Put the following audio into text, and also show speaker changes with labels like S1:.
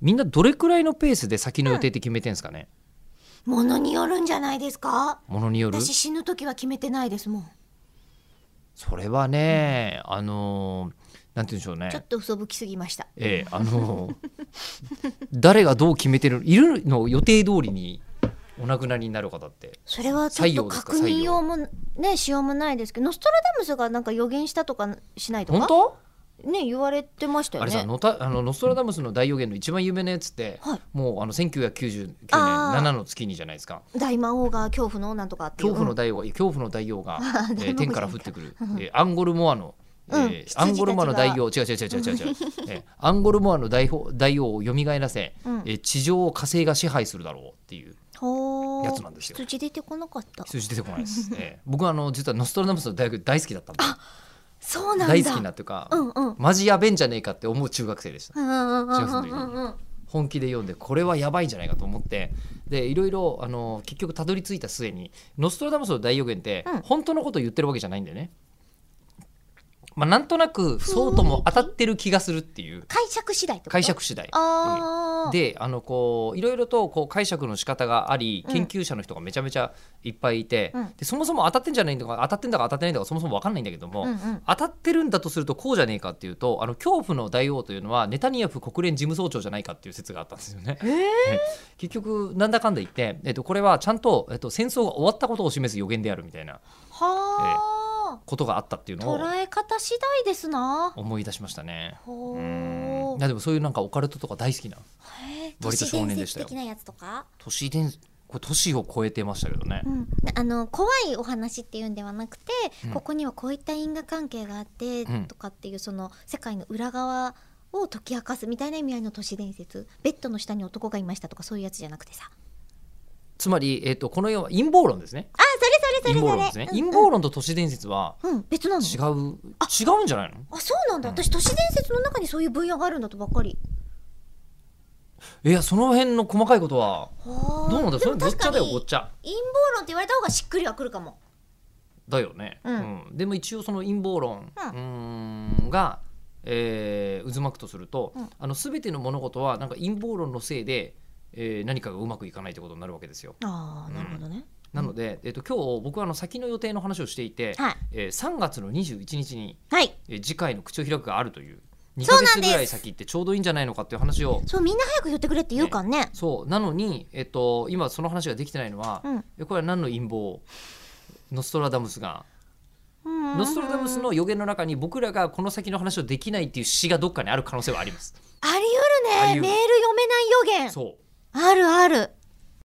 S1: みんなどれくらいのペースで先の予定って決めてんですかね、
S2: ものによるんじゃないですか
S1: ものによる
S2: 私死ぬ時は決めてないですもん
S1: それはね、あのーなんて言うんでしょうね
S2: ちょっと嘘吹きすぎました
S1: ええあのー誰がどう決めてるいるの予定通りにお亡くなりになる方って
S2: それはちょっ
S1: 採
S2: と
S1: 用ですか
S2: 確認用もねしようもないですけどノストラダムスがなんか予言したとかしないと
S1: 本
S2: か
S1: 当
S2: ね言われてましたよ
S1: あれ
S2: ね
S1: さノタあのノストラダムスの大予言の一番有名なやつって、
S2: はい
S1: もうあの1999年
S2: あー
S1: 7の月にじゃないですか
S2: 大魔王が恐怖のなんとかっていう
S1: 恐怖の大王が恐怖の大 王が、えー
S2: 大王
S1: 天から降ってくる
S2: う、ん
S1: えーアンゴルモアの、え
S2: うん
S1: ー
S2: 羊
S1: アンゴルモアの
S2: たち
S1: 大
S2: が
S1: 王違う違う違う違う違う、 えーアンゴルモアの大王大王を蘇らせ、
S2: うん
S1: えー地上を火星が支配するだろうっていう
S2: ほー
S1: やつなんですよ
S2: 羊出てこなかった
S1: 数字出てこない です、えー僕はあの実はノストラダムスの大学大好きだったんで
S2: そうなんだ
S1: 大好きなというか、
S2: うんうん
S1: マジやべんじゃねえかって思う中学生でした
S2: うんうんうん
S1: 幸せ
S2: うんうんうん
S1: 本気で読んでこれはやばいんじゃないかと思ってでいろいろあの結局たどり着いた末にノストラダムスの大予言って
S2: うん
S1: 本当のことを言ってるわけじゃないんだよね。まあ、なんとなくそうとも当たってる気がするっていう
S2: 解釈次第ってこと
S1: 解釈次第。
S2: あー
S1: であのこういろいろとこう解釈の仕方があり研究者の人がめちゃめちゃいっぱいいて、
S2: うん
S1: でそもそも当たってんじゃないのか当たってんだか当たってないんだかそもそも分かんないんだけども、
S2: うんうん
S1: 当たってるんだとするとこうじゃねえかっていうとあの恐怖の大王というのはネタニヤフ国連事務総長じゃないかっていう説があったんですよね。ね結局なんだかんだ言って、えっと、これはちゃんと、えっと、戦争が終わったことを示す予言であるみたいな
S2: は
S1: ことがあったっていう
S2: ー
S1: のを
S2: 捉え方次第ですな
S1: 思い出しましたね。
S2: ほ
S1: うん
S2: ー
S1: いやでもそういうなんかオカルトとか大好きな
S2: へー
S1: 割と少年でしたよ
S2: 都市伝説的なやつとか
S1: 都市伝これ都市を超えてましたけどね
S2: う。ん、あの怖いお話っていうんではなくて、
S1: うん
S2: ここにはこういった因果関係があって
S1: うん
S2: とかっていうその世界の裏側を解き明かすみたいな意味合いの都市伝説ベッドの下に男がいましたとかそういうやつじゃなくてさ
S1: つまり、えっとこの世は陰謀論ですね。
S2: あそれそれ
S1: 陰
S2: それ
S1: 謀
S2: それ
S1: 論ですね。
S2: うん
S1: 陰謀論と都市伝説は
S2: うん、うん別なの
S1: 違う、違うんじゃないの
S2: あそうなんだ私都市伝説の中にそういう分野があるんだとばっかり
S1: いやその辺の細かいことは
S2: ど
S1: どうなんだそれごっ
S2: 確
S1: ちゃ
S2: か
S1: だよ
S2: に
S1: ごっちゃ
S2: 陰謀論って言われた方がしっくりはくるかも
S1: だよね、
S2: うん
S1: うんでも一応その陰謀論、
S2: う
S1: うーんが、えー渦巻くとすると、
S2: うん
S1: あの全ての物事はなんか陰謀論のせいで、えー何かがうまくいかないってことになるわけですよ
S2: ああなるほどね、
S1: なので、えっと今日僕はあの先の予定の話をしていて、
S2: はい
S1: えー3月の21日に、
S2: はい
S1: えー次回の口を開くがあるという2
S2: そ
S1: ヶ
S2: うな
S1: 月
S2: んです
S1: ぐらい先ってちょうどいいんじゃないのかっていう話を
S2: そうみんな早く言ってくれって言うからね
S1: そうなのに、えっと、今その話ができてないのは、
S2: うん
S1: えこれは何の陰謀ノストラダムスが
S2: うん
S1: ノストラダムスの予言の中に僕らがこの先の話をできないっていう詩がどっかにある可能性はあります。
S2: あり
S1: あり得る
S2: うるねメール読めない予言
S1: そう
S2: あるある